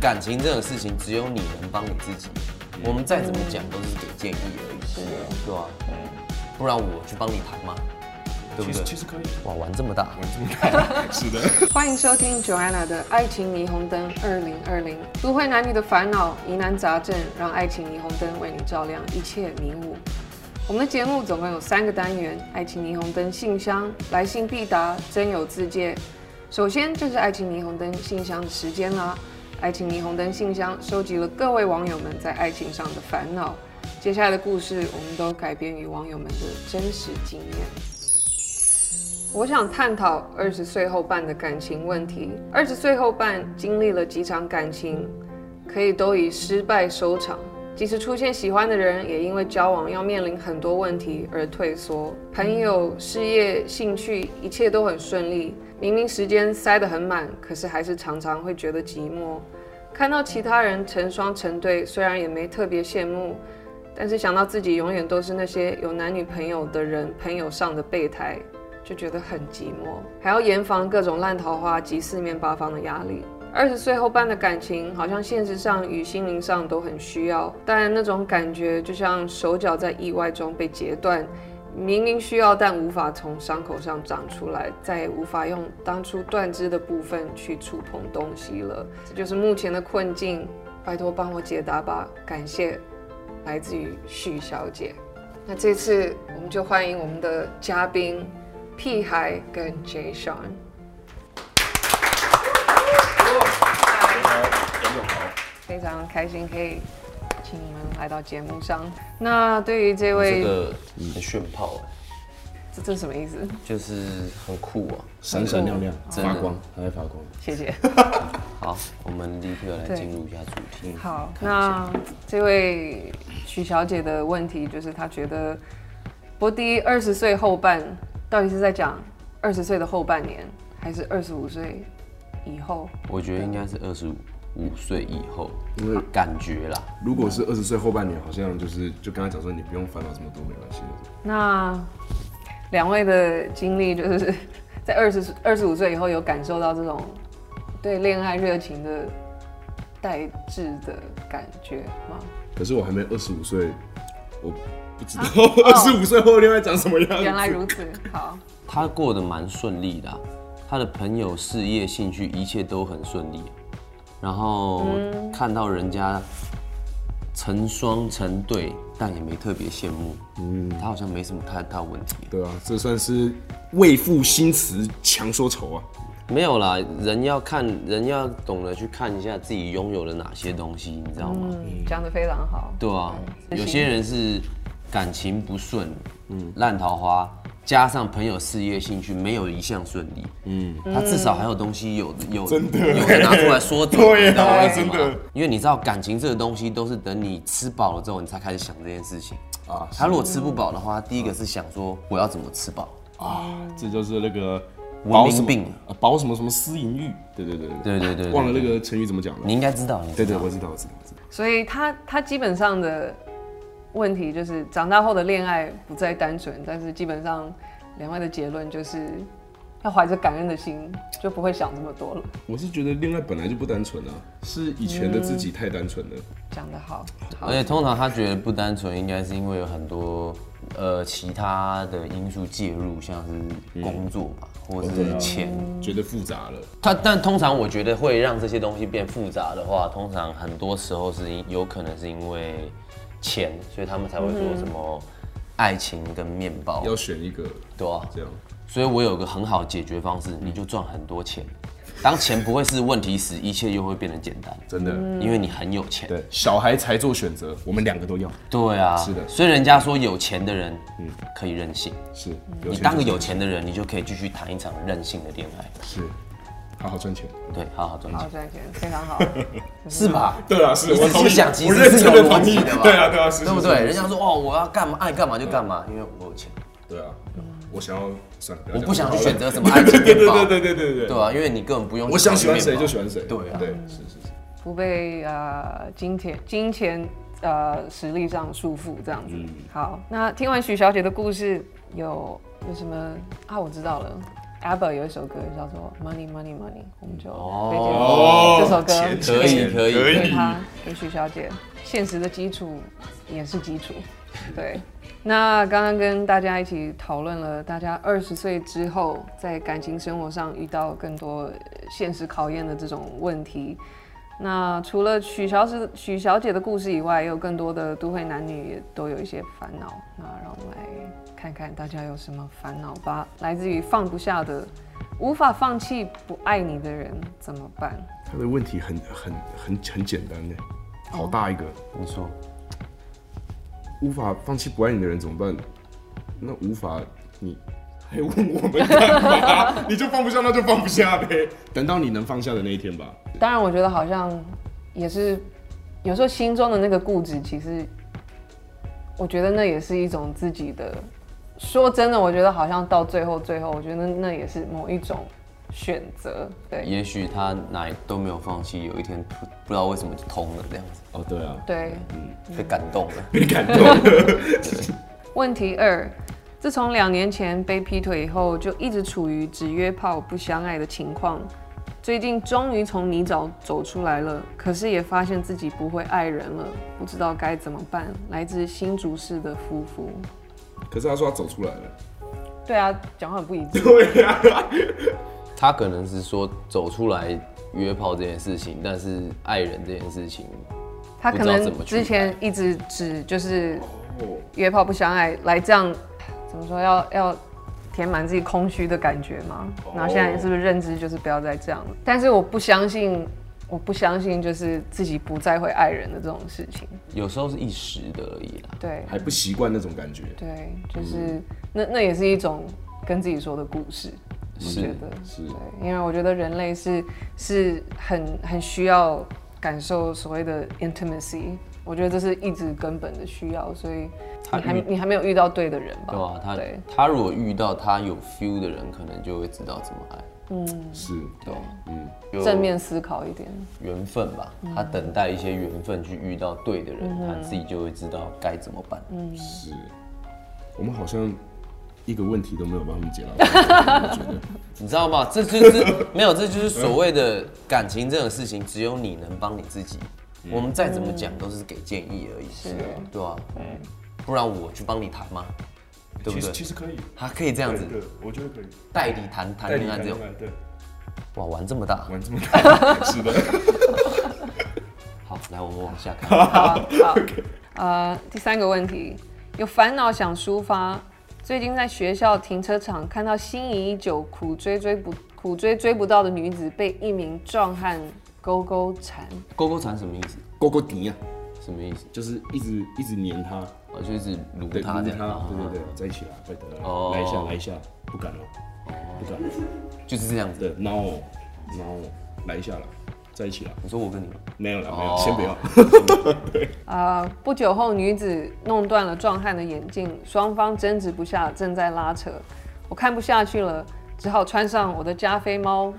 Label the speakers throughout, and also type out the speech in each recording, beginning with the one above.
Speaker 1: 感情这种事情只有你能帮你自己，
Speaker 2: 嗯
Speaker 1: 我们再怎么讲都是给建议而已，
Speaker 2: 啊
Speaker 1: 对吧？不然我去帮你谈吗？对不
Speaker 2: 嗯其实
Speaker 1: 对？
Speaker 2: 其实可以，
Speaker 1: 哇，玩这么大，
Speaker 2: 是的，
Speaker 3: 欢迎收听 Joanna 的《爱情霓虹灯》二零二零，都会男女的烦恼、疑难杂症，让爱情霓虹灯为你照亮一切迷雾。我们的节目总共有三个单元：爱情霓虹灯信箱、来信必答、真有自荐。首先就是爱情霓虹灯信箱的时间啦。爱情霓虹灯信箱收集了各位网友们在爱情上的烦恼，接下来的故事我们都改编于网友们的真实经验。我想探讨二十岁后半的感情问题。二十岁后半经历了几场感情，可以都以失败收场。即使出现喜欢的人，也因为交往要面临很多问题而退缩。朋友、事业、兴趣，一切都很顺利。明明时间塞得很满，可是还是常常会觉得寂寞。看到其他人成双成对，虽然也没特别羡慕，但是想到自己永远都是那些有男女朋友的人朋友上的备胎，就觉得很寂寞，还要严防各种烂桃花及四面八方的压力。二十岁后半的感情，好像现实上与心灵上都很需要，但那种感觉就像手脚在意外中被截断，明明需要，但无法从伤口上长出来，再也无法用当初断枝的部分去触碰东西了。这就是目前的困境，拜托帮我解答吧，感谢。来自于旭小姐。那这次我们就欢迎我们的嘉宾屁孩跟 J Sean。非常开心可以请你们来到节目上。那对于这位，
Speaker 1: 这个很炫炮，
Speaker 3: 这这什么意思？
Speaker 1: 就是很酷啊。
Speaker 2: 闪闪亮亮，
Speaker 1: 真的
Speaker 2: 发光，还在发光。
Speaker 3: 谢谢。
Speaker 1: 好，我们立刻来
Speaker 3: 对
Speaker 1: 进入一下主题。
Speaker 3: 好，
Speaker 1: 看一下
Speaker 3: 那这位许小姐的问题就是，她觉得博迪二十岁后半到底是在讲二十岁的后半年，还是二十五岁以后？
Speaker 1: 我觉得应该是二十五岁以后
Speaker 2: 因为，
Speaker 1: 感觉啦，
Speaker 2: 如果是二十岁后半年，好像就是就跟他讲说，你不用烦恼这么多，没关系。
Speaker 3: 那两位的经历就是 在二十二十五岁以后有感受到这种对恋爱热情的代志的感觉吗？
Speaker 2: 可是我还没二十五岁，我不知道 二十五岁后恋爱长什么样子。
Speaker 3: 哦原来如此，好，
Speaker 1: 他过得蛮顺利的啊、他的朋友、事业、兴趣，一切都很顺利。啊然后看到人家成双成对，但也没特别羡慕。嗯，他好像没什么太大问题。
Speaker 2: 对啊，这算是为赋新词强说愁啊。
Speaker 1: 没有啦，人要看，人要懂得去看一下自己拥有了哪些东西，你知道吗？
Speaker 3: 嗯，讲得非常好，
Speaker 1: 对啊，
Speaker 3: 嗯
Speaker 1: 有些人是感情不顺，嗯，烂桃花，加上朋友事业兴趣没有一项顺利，嗯，他至少还有东西有有
Speaker 2: 嗯真的
Speaker 1: 有的拿出来 说嘴，
Speaker 2: 对啊
Speaker 1: 你知道为什么
Speaker 2: 真
Speaker 1: 吗
Speaker 2: 的？
Speaker 1: 因为你知道感情这个东西都是等你吃饱了之后，你才开始想这件事情。
Speaker 2: 啊，
Speaker 1: 他如果吃不饱的话，第一个是想说我要怎么吃饱，
Speaker 2: 这就是那个
Speaker 1: 文明病
Speaker 2: 啊，保什么什么私淫欲？对对对
Speaker 1: 对对对对
Speaker 2: 忘了那个成语怎么讲了
Speaker 1: 你。应该知道，你
Speaker 2: 对
Speaker 1: 知
Speaker 2: 对，
Speaker 1: 道
Speaker 2: 我知道，我知道，我知道。
Speaker 3: 所以她她基本上的问题就是长大后的恋爱不再单纯，但是基本上两位的结论就是要怀着感恩的心，就不会想这么多了。
Speaker 2: 我是觉得恋爱本来就不单纯啊，是以前的自己太单纯了。
Speaker 3: 讲得好，好
Speaker 1: 而，且通常他觉得不单纯，应该是因为有很多呃其他的因素介入，像是工作吧，
Speaker 2: 嗯
Speaker 1: 或者是钱。啊
Speaker 2: 觉得复杂了，
Speaker 1: 他但通常我觉得会让这些东西变复杂的话，通常很多时候是因有可能是因为钱，所以他们才会说什么爱情跟面包，
Speaker 2: 要选一个
Speaker 1: 对啊。
Speaker 2: 这样。
Speaker 1: 所以我有个很好的解决方式，你就赚很多钱。当钱不会是问题时，一切又会变得简单，
Speaker 2: 真的，
Speaker 1: 因为你很有钱。
Speaker 2: 对，小孩才做选择，我们两个都要，
Speaker 1: 对啊，
Speaker 2: 是的
Speaker 1: 所以人家说有钱的人，嗯，可以任性。
Speaker 2: 是，
Speaker 1: 你当个有钱的人，你就可以继续谈一场任性的恋爱，
Speaker 2: 是，好好赚钱。
Speaker 1: 对，好好赚
Speaker 3: 好
Speaker 1: 钱，
Speaker 3: 赚钱，非常好。
Speaker 1: 是吧？
Speaker 2: 对啊，是
Speaker 1: 你仔细想，其实是有逻辑的吧？
Speaker 2: 啊
Speaker 1: 对不对？人家说哦，我要干嘛爱干嘛就干嘛，因为我有钱，
Speaker 2: 对啊，我想要算了，
Speaker 1: 我不想去选择什么爱情
Speaker 2: 对
Speaker 1: 面
Speaker 2: 对
Speaker 1: 包，
Speaker 2: 对对对对对
Speaker 1: 对啊，因为你根本不用去
Speaker 2: 我想喜欢
Speaker 1: 面
Speaker 2: 谁
Speaker 1: 包
Speaker 2: 就喜欢谁。
Speaker 1: 对啊
Speaker 2: 对，是是是，
Speaker 3: 不被呃金钱金钱呃实力上束缚这样子。
Speaker 2: 嗯
Speaker 3: 好，那听完许小姐的故事，有有什么啊？我知道了， ABBA 有一首歌叫做《Money Money Money》，我们就推荐、
Speaker 1: 哦
Speaker 3: 这首歌
Speaker 2: 钱
Speaker 1: 可以
Speaker 2: 钱
Speaker 1: 可以
Speaker 2: 可
Speaker 3: 对
Speaker 2: 以
Speaker 3: 她给许小姐。现实的基础也是基础，对。那刚刚跟大家一起讨论了，大家二十岁之后在感情生活上遇到更多呃现实考验的这种问题。那除了许小姐许小姐的故事以外，也有更多的都会男女也都有一些烦恼。那让我们来看看大家有什么烦恼吧。来自于放不下的、无法放弃不爱你的人怎么办？
Speaker 2: 他的问题很很很很简单的，好大一个，
Speaker 1: 你说，
Speaker 2: 无法放弃不爱你的人怎么办？那无法你。还问我们干嘛？你就放不下，那就放不下呗。 等到你能放下的那一天吧。
Speaker 3: 当然，我觉得好像也是有时候心中的那个固执，其实我觉得那也是一种自己的。说真的，我觉得好像到最后，最后，我觉得那也是某一种选择。对
Speaker 1: 也许他哪里都没有放弃，有一天突不知道为什么就通了，这样子
Speaker 2: 哦，对啊，
Speaker 3: 对，嗯
Speaker 1: 被感动了。
Speaker 2: 被感动了。
Speaker 3: 问题二，自从两年前被劈腿以后，就一直处于只约炮不相爱的情况。最近终于从泥沼走出来了，可是也发现自己不会爱人了，不知道该怎么办。来自新竹市的夫妇，
Speaker 2: 可是他说他走出来了。
Speaker 3: 对啊，讲话很不一 致。
Speaker 2: 对呀、啊，
Speaker 1: 他可能是说走出来约炮这件事情，但是爱人这件事情，
Speaker 3: 他可
Speaker 1: 不知道怎
Speaker 3: 能
Speaker 1: 么去
Speaker 3: 之前一直只就是
Speaker 2: 哦
Speaker 3: 约炮不相爱，来这样怎么说要要填满自己空虚的感觉嘛。
Speaker 1: 哦
Speaker 3: 然后现在是不是认知就是不要再这样了？但是我不相信，我不相信就是自己不再会爱人的这种事情。
Speaker 1: 有时候是一时的而已啦。
Speaker 3: 对
Speaker 2: 还不习惯那种感觉。
Speaker 3: 对，就是
Speaker 1: 嗯
Speaker 3: 那那也是一种跟自己说的故事。我
Speaker 1: 是
Speaker 3: 觉得
Speaker 2: 是
Speaker 3: 对，因为我觉得人类是是很很需要感受所谓的 intimacy，我觉得这是一直根本的需要，所以
Speaker 1: 他
Speaker 3: 你还
Speaker 1: 遇
Speaker 3: 你还没有遇到对的人吧？
Speaker 1: 对啊吧、他
Speaker 3: 对
Speaker 1: 他如果遇到他有 feel 的人，可能就会知道怎么爱。
Speaker 2: 是，
Speaker 1: 对，
Speaker 2: 嗯，
Speaker 1: 有
Speaker 3: 正面思考一点，
Speaker 1: 缘分吧，他等待一些缘分去遇到对的人，他自己就会知道该怎么办。
Speaker 2: 是。我们好像一个问题都没有帮他们解答。我觉得
Speaker 1: 你知道吗？ 这就是没有，这就是所谓的感情这种事情，只有你能帮你自己。我们再怎么讲都是给建议而已，是
Speaker 3: 啊
Speaker 1: 对啊，不然我去帮你谈吗？对不
Speaker 4: 其实
Speaker 1: 对？
Speaker 4: 其实可以，
Speaker 1: 他可以这样子
Speaker 4: 对，对我觉得可以。
Speaker 1: 代理谈谈恋爱这种，
Speaker 4: 代理对，
Speaker 1: 哇，玩这么大。
Speaker 2: 玩这么大，是的，
Speaker 1: 好，来我们往下看。
Speaker 3: 好，好，呃，第三个问题，有烦恼想抒发，最近在学校停车场看到心仪已久、苦追追不苦追追不到的女子被一名壮汉勾勾缠，
Speaker 1: 勾勾缠什么意思？
Speaker 2: 勾勾迪啊，
Speaker 1: 什么意思？
Speaker 2: 就是一直一直黏他，
Speaker 1: 我就是撸
Speaker 2: 对，
Speaker 1: 他
Speaker 2: 撸
Speaker 1: 这样，
Speaker 2: 他，对
Speaker 1: 啊
Speaker 2: 对对，在一起了，快点，
Speaker 1: 哦
Speaker 2: 来一下，来一下，不敢了，不敢了，
Speaker 1: 就是这样子。
Speaker 2: 对，no no，来一下了，在一起了，
Speaker 1: 你说我跟你吗？
Speaker 2: 没有了，没
Speaker 1: 哦
Speaker 2: 有，先不要，
Speaker 3: 啊，不久后，女子弄断了壮汉的眼镜，双方争执不下，正在拉扯。我看不下去了，只好穿上我的加菲猫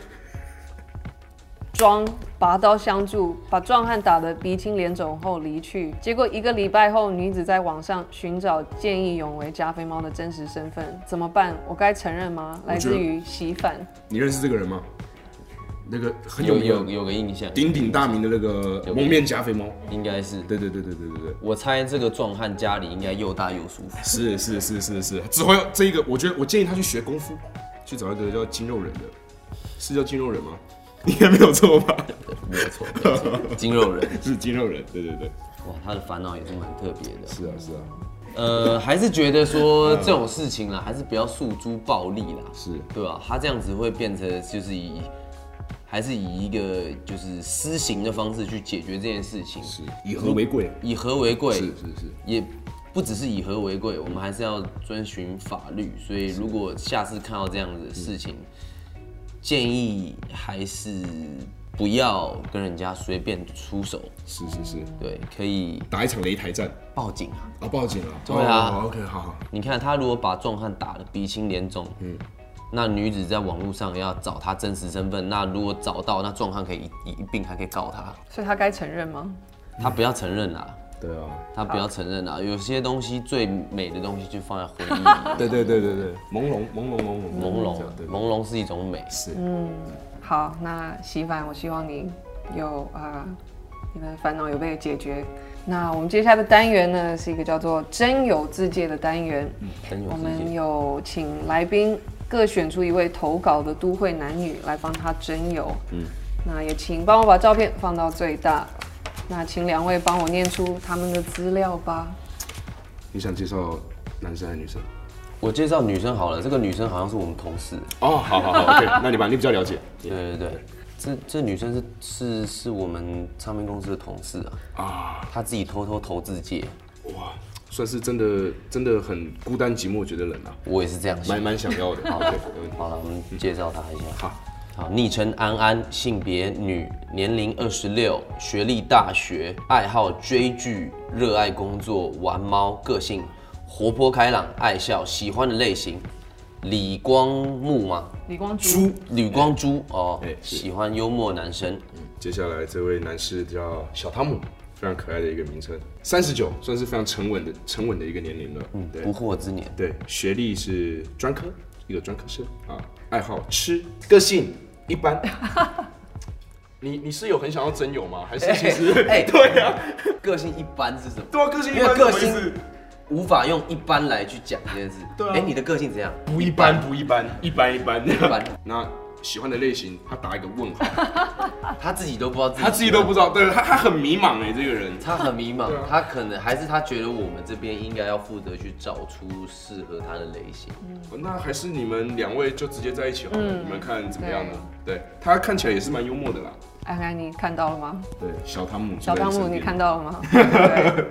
Speaker 3: 装，拔刀相助，把壮汉打得鼻青脸肿后离去。结果一个礼拜后，女子在网上寻找见义勇为加菲猫的真实身份，怎么办？我该承认吗？来自于洗反。
Speaker 2: 你认识这个人吗？那个很有
Speaker 1: 有
Speaker 2: 名
Speaker 1: 有
Speaker 2: 的
Speaker 1: 有个印象，
Speaker 2: 鼎鼎大名的那个蒙面加菲猫，
Speaker 1: 应该是。
Speaker 2: 对对对对对对对。
Speaker 1: 我猜这个壮汉家里应该又大又舒服。
Speaker 2: 是是是是是，只会这一个，我觉得我建议他去学功夫，去找一个叫筋肉人的，是叫筋肉人吗？应该没有 错吧？
Speaker 1: 没有 错，没有错筋肉人，
Speaker 2: 是筋肉人，对对对，
Speaker 1: 哇，他的烦恼也是蛮特别的。
Speaker 2: 是啊是啊，
Speaker 1: 呃，还是觉得说这种事情啦，还是不要诉诸暴力啦，
Speaker 2: 是
Speaker 1: 对吧、他这样子会变成就是以，还是以一个就是私刑的方式去解决这件事情，
Speaker 2: 是以和为贵，
Speaker 1: 以和为贵，
Speaker 2: 是是是，
Speaker 1: 也不只是以和为贵，我们还是要遵循法律。所以，如果下次看到这样的事情，建议还是不要跟人家随便出手。
Speaker 2: 是是是，
Speaker 1: 对，可以
Speaker 2: 打一场擂台战
Speaker 1: 报警啊！
Speaker 2: 啊，报警了，哦
Speaker 1: 对啊
Speaker 2: ，OK 好好，
Speaker 1: 你看他如果把壮汉打得鼻青脸肿，嗯，那女子在网络上要找他真实身份，那如果找到，那壮汉可以一一并还可以告他，
Speaker 3: 所以她该承认吗？
Speaker 1: 他不要承认啦、
Speaker 2: 对啊，
Speaker 1: 他不要承认啊，有些东西最美的东西就放在回忆 里，
Speaker 2: 对对对对对，朦胧朦胧朦胧
Speaker 1: 朦胧
Speaker 2: 这样对，
Speaker 1: 朦胧是一种美。
Speaker 2: 是，
Speaker 3: 好，那喜凡，我希望你有啊、你的烦恼有被解决。那我们接下来的单元呢，是一个叫做“真有自介”的单元。
Speaker 1: 真有
Speaker 3: 我
Speaker 1: 嗯自
Speaker 3: 们
Speaker 1: 己，
Speaker 3: 有请来宾各选出一位投稿的都会男女来帮他征友。嗯，那也请帮我把照片放到最大。那请两位帮我念出他们的资料吧。
Speaker 2: 你想介绍男生还是女生？
Speaker 1: 我介绍女生好了，这个女生好像是我们同事。
Speaker 2: 哦，好好好，OK，那你吧，你比较了解
Speaker 1: 对对对，这这女生是是是我们唱片公司的同事啊，
Speaker 2: 啊，
Speaker 1: 她自己偷偷投自介，
Speaker 2: 哇，算是真的真的很孤单寂寞觉得冷啊，
Speaker 1: 我也是这样想
Speaker 2: 蛮。蛮想要的，好，对，没问题，
Speaker 1: 好了，我们介绍她一下。
Speaker 2: 好，
Speaker 1: 好，昵称安安，性别女，年龄二十六，学历大学，爱好追剧，热爱工作，玩猫，个性活泼开朗，爱笑，喜欢的类型，李光目吗？
Speaker 3: 李光洙，
Speaker 2: 猪，
Speaker 1: 吕光洙哦
Speaker 2: 哎，是嗯
Speaker 1: 喜欢幽默男生，
Speaker 2: 接下来这位男士叫小汤姆，非常可爱的一个名称，三十九，算是非常沉稳的沉稳的一个年龄了，嗯，对
Speaker 1: 不惑之年。
Speaker 2: 对，学历是专科，一个专科生啊，爱好吃，个性一般。你你是有很想要真友吗？还是其实
Speaker 1: 哎
Speaker 2: 对呀、啊，
Speaker 1: 个性一般是什么？
Speaker 2: 对啊，个性一
Speaker 1: 因为
Speaker 2: 般，
Speaker 1: 个性无法用一般来去讲这件事。
Speaker 2: 对啊
Speaker 1: 哎，你的个性怎样？
Speaker 2: 不一般，不一般，一般一般。
Speaker 1: 一般，
Speaker 2: 那喜欢的类型，他打一个问号，
Speaker 1: 他自己都不知道自己，
Speaker 2: 他自己都不知道，对他他很迷茫哎、这个人。
Speaker 1: 他很迷茫
Speaker 2: 对啊，
Speaker 1: 他可能还是他觉得我们这边应该要负责去找出适合他的类型。
Speaker 2: 哦那还是你们两位就直接在一起好了，
Speaker 3: 嗯
Speaker 2: 你们看怎么样呢？对他看起来也是蛮幽默的啦。
Speaker 3: 安安，你看到了吗？
Speaker 2: 对，小汤姆，
Speaker 3: 小汤姆，你看，到了吗？对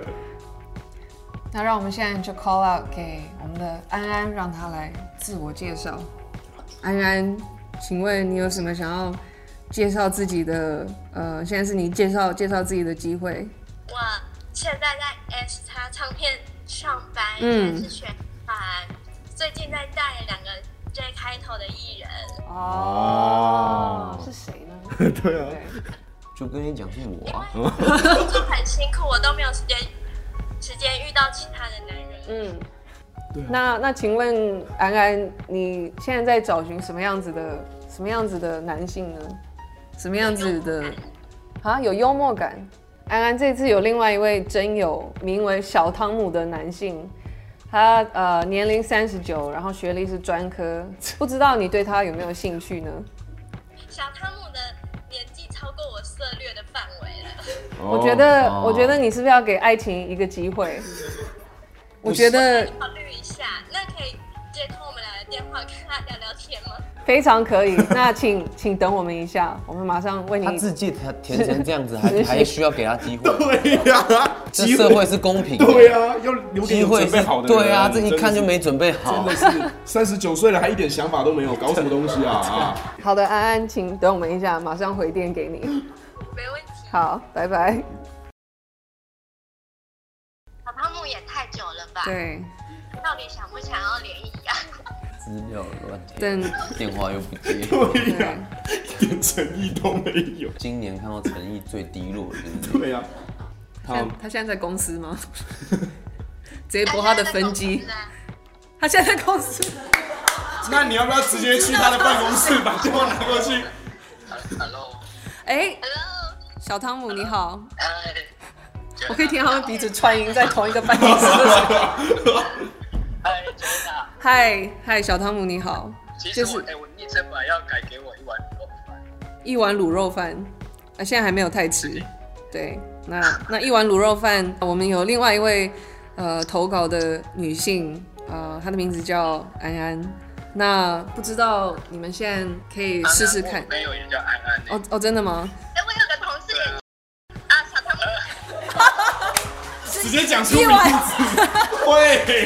Speaker 3: 那让我们现在就 call out 给我们的安安，让他来自我介绍。安安，请问你有什么想要介绍自己的？呃，现在是你介绍介绍自己的机会。
Speaker 4: 我现在在 S 叉唱片上班，
Speaker 3: 嗯
Speaker 4: 也是选班，最近在带两个 J 开头的艺人，
Speaker 3: 啊
Speaker 2: 哦
Speaker 3: 是谁 呢？
Speaker 2: 对啊，
Speaker 1: 就跟你讲是我啊，
Speaker 4: 工作很辛苦，我都没有时间时间遇到其他的男人。
Speaker 3: 嗯。那那请问安安，你现在在找寻什么样子的什么样子的男性呢？什么样子的啊？有幽默感。安安这次有另外一位真友，名为小汤姆的男性，他呃年龄三十九，然后学历是专科， 不知道你对他有没有兴趣呢？
Speaker 4: 小汤姆的年纪超过我涉略的范围了，
Speaker 2: 我
Speaker 3: 我觉得
Speaker 1: 哦
Speaker 3: 我觉得你是不是要给爱情一个 机会？我觉得
Speaker 4: 考虑一下。那可以接通我们俩的电话，跟他聊聊天吗？
Speaker 3: 非常可以。那请请等我们一下，我们马上为你
Speaker 1: 他自己填填成这样 子，还还需要给他机会？
Speaker 2: 对呀、
Speaker 1: 这
Speaker 2: 机
Speaker 1: 社
Speaker 2: 会
Speaker 1: 会是公平的，
Speaker 2: 对啊，要留给
Speaker 1: 机
Speaker 2: 有
Speaker 1: 会
Speaker 2: 准
Speaker 1: 是
Speaker 2: 备好的人。
Speaker 1: 对啊，这一看就没准备
Speaker 2: 真
Speaker 1: 好
Speaker 2: 的。是三十九岁了，还一点想法都没有，搞什么东西啊 啊！
Speaker 3: 好的，安安，请等我们一下，马上回电给你。
Speaker 4: 没问题。
Speaker 3: 好，拜拜。
Speaker 4: 小汤姆也太久了吧？
Speaker 3: 对，
Speaker 4: 到底想不想要联谊啊？
Speaker 1: 资料乱填，
Speaker 3: 等
Speaker 1: 电话又不接。
Speaker 2: 啊对
Speaker 3: 对
Speaker 2: 呀、一点诚意都没有。
Speaker 1: 今年看到诚意最低落的就是
Speaker 2: 对呀、
Speaker 3: 他
Speaker 2: 他
Speaker 3: 他现在在公司吗？ 直接播他的分机
Speaker 4: 他现在在公司。
Speaker 3: 他现在
Speaker 4: 啊
Speaker 3: 在公司。
Speaker 2: 那你要不要直接去他的办公室把电话拿过去？
Speaker 5: Hello，
Speaker 3: 哎、
Speaker 4: Hello。
Speaker 3: 小汤姆你好，
Speaker 5: 哎，
Speaker 3: 我可以听他们彼此穿音在同一个办公 室。
Speaker 5: 嗨，Jenna，
Speaker 3: 嗨嗨，小汤姆你好，
Speaker 5: 其实
Speaker 3: 就
Speaker 5: 我
Speaker 3: 是
Speaker 5: 哎、我昵称本来要改给我一碗牛肉饭，
Speaker 3: 一碗卤肉饭，啊，现在还没有太迟。对，那那一碗卤肉饭，我们有另外一位呃投稿的女性，呃，她的名字叫安安。那不知道你们现在可以试试看
Speaker 5: 安安我。朋友也叫安安、
Speaker 3: 哦哦，真的吗？
Speaker 4: 哎，我有个同事也啊，小汤姆，
Speaker 2: 直接讲出
Speaker 3: 一
Speaker 2: 名
Speaker 3: 碗
Speaker 2: 字。喂，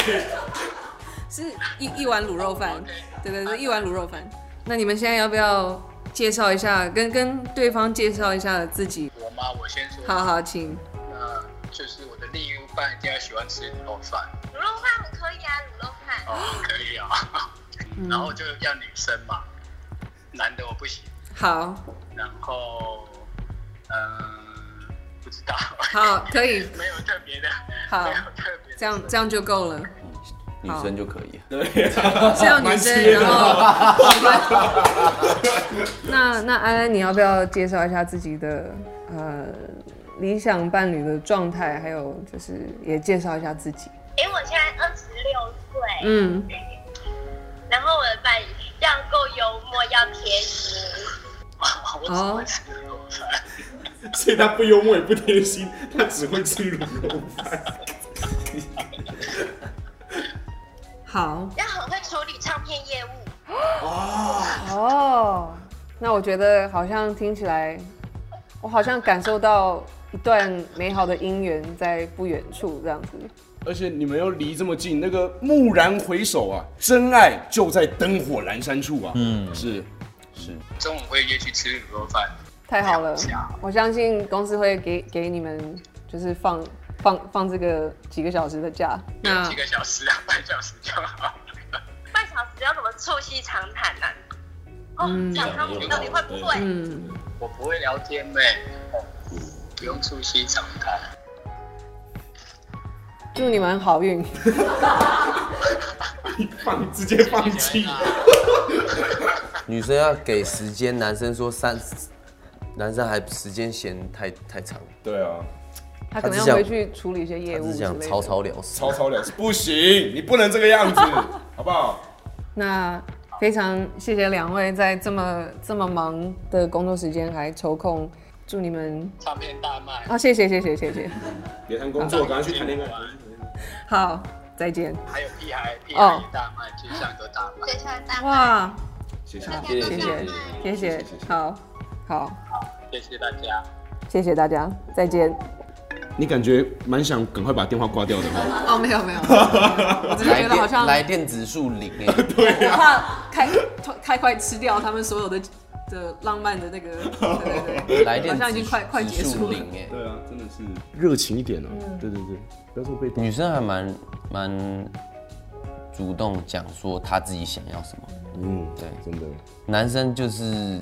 Speaker 3: 是一一碗卤肉饭，对对对，一碗卤肉饭。那你们现在要不要介绍一下，跟跟对方介绍一下自己？
Speaker 5: 欸我妈，我先说，
Speaker 3: 好好，请。
Speaker 5: 呃，就是我的另一半现在喜欢吃牛肉饭，
Speaker 4: 卤肉饭很可以啊，卤肉饭。
Speaker 5: 哦，可以啊，
Speaker 3: 嗯
Speaker 5: 然后就要女生嘛，男的我不行，
Speaker 3: 好，
Speaker 5: 然后，嗯、不知道，
Speaker 3: 好，可以，
Speaker 5: 没有特别的，
Speaker 3: 好
Speaker 5: 没有特别的
Speaker 3: 这样这样就够了。
Speaker 1: 女生就可以了。
Speaker 3: 这样女
Speaker 2: 蛮
Speaker 3: 生，
Speaker 2: 切的
Speaker 3: 然后 那那安安，你要不要介绍一下自己的呃理想伴侣的状态，还有就是也介绍一下自己？
Speaker 4: 因哎为我现在二十六岁，
Speaker 3: 嗯，
Speaker 4: 然后我的伴侣要够幽默，要贴心，
Speaker 5: 我只
Speaker 3: 哦
Speaker 5: 会吃卤肉饭，
Speaker 2: 所以他不幽默也不贴心，他只会吃卤肉饭。
Speaker 3: 好
Speaker 4: 要很会处理唱片业务。
Speaker 3: 哦。那我觉得好像听起来，我好像感受到一段美好的姻缘在不远处，这样子。
Speaker 2: 而且你们又离这么近，那个蓦然回首啊，真爱就在灯火阑珊处啊。嗯，是
Speaker 5: 中午会约去吃卤肉饭，
Speaker 3: 太好了
Speaker 5: 了解啊，
Speaker 3: 我相信公司会给给你们就是放放放这个几个小时的假。
Speaker 5: 有几个小时 啊，半小时就好。
Speaker 4: 半小时要怎么促膝长谈呢、哦，讲他们到底会不会？
Speaker 3: 嗯，
Speaker 5: 我不会聊天妹，不用促膝长谈。
Speaker 3: 祝你们好运。
Speaker 2: 放直接放弃。
Speaker 1: 女生要给时间，男生说三，男生还时间嫌太太长，
Speaker 2: 对啊，
Speaker 3: 他可能
Speaker 1: 他只想
Speaker 3: 要回去处理一些业
Speaker 1: 他只
Speaker 3: 务哎之类
Speaker 1: 想
Speaker 3: 的。
Speaker 1: 草草了事。
Speaker 2: 草草了事，不行，你不能这个样 子，好不好？
Speaker 3: 那非常谢谢两位在这么这么忙的工作时间还抽空，祝你们
Speaker 5: 唱片大卖，
Speaker 3: 啊，谢谢谢谢谢谢，
Speaker 2: 别谈工作，赶快去谈恋爱。
Speaker 3: 好，再见。
Speaker 5: 还有屁孩，屁孩也大卖，街上都大卖。
Speaker 4: 接下来大家
Speaker 3: 哇，
Speaker 2: 谢谢，
Speaker 1: 谢谢
Speaker 3: 谢谢谢谢
Speaker 2: 谢谢，
Speaker 3: 好，好，
Speaker 5: 谢谢大家。
Speaker 3: 谢谢大家，再见。
Speaker 2: 你感觉蛮想赶快把电话挂掉的吗？
Speaker 3: 哦，没有没有，我只是觉
Speaker 1: 来
Speaker 3: 得好
Speaker 1: 电
Speaker 3: 像
Speaker 1: 来电指数零 哎、
Speaker 3: 我怕开太快吃掉他们所有的的浪漫的那个，对对对，
Speaker 1: 来电
Speaker 3: 好像已经快快
Speaker 1: 指
Speaker 3: 结
Speaker 1: 数欸
Speaker 3: 束了
Speaker 1: 零哎、
Speaker 2: 对啊，真的是热情一点哦。对对对，不要说被 动。
Speaker 1: 女生还蛮蛮主动讲说她自己想要什么，
Speaker 2: 嗯，
Speaker 1: 对
Speaker 2: 真的。
Speaker 1: 男生就是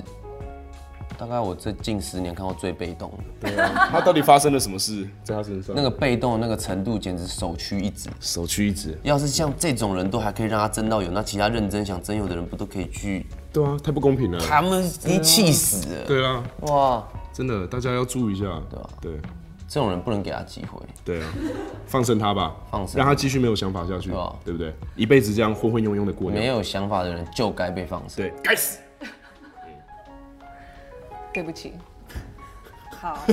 Speaker 1: 大概我这近十年看过最被动的，
Speaker 2: 对啊，他到底发生了什么事在他身上？
Speaker 1: 那
Speaker 2: 那个
Speaker 1: 个被动的那个程度简直首屈一指。
Speaker 2: 首屈一指。
Speaker 1: 要是像这种人都还可以让他争到有，那其他认真想争有的人不都可以去？
Speaker 2: 对啊，太不公平了。
Speaker 1: 他们已经气死了。
Speaker 2: 对啊，
Speaker 1: 哇，
Speaker 2: 真的，大家要注意一下。对
Speaker 1: 啊
Speaker 2: 对
Speaker 1: 这种人不能给他机会。
Speaker 2: 对啊，放生他吧，
Speaker 1: 放生
Speaker 2: 让他继续没有想法下去
Speaker 1: 对啊，
Speaker 2: 对不对？一辈子这样昏昏庸庸的过掉。
Speaker 1: 没有想法的人就该被放生。
Speaker 2: 对，该死。
Speaker 3: 对不起。 好，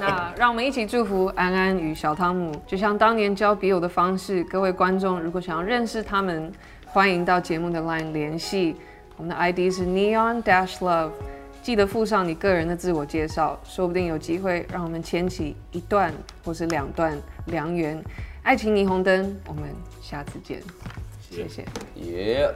Speaker 3: 那让我们一起祝福安安与小汤姆，就像当年交笔友的方式。各位观众，如果想要认识他们，欢迎到节目的 LINE 联系，我们的 ID 是 Neon Dash Love，记得附上你个人的自我介绍，说不定有机会让我们牵起一段或是两段良缘。爱情霓虹灯，我们下次见，谢谢
Speaker 1: 耶、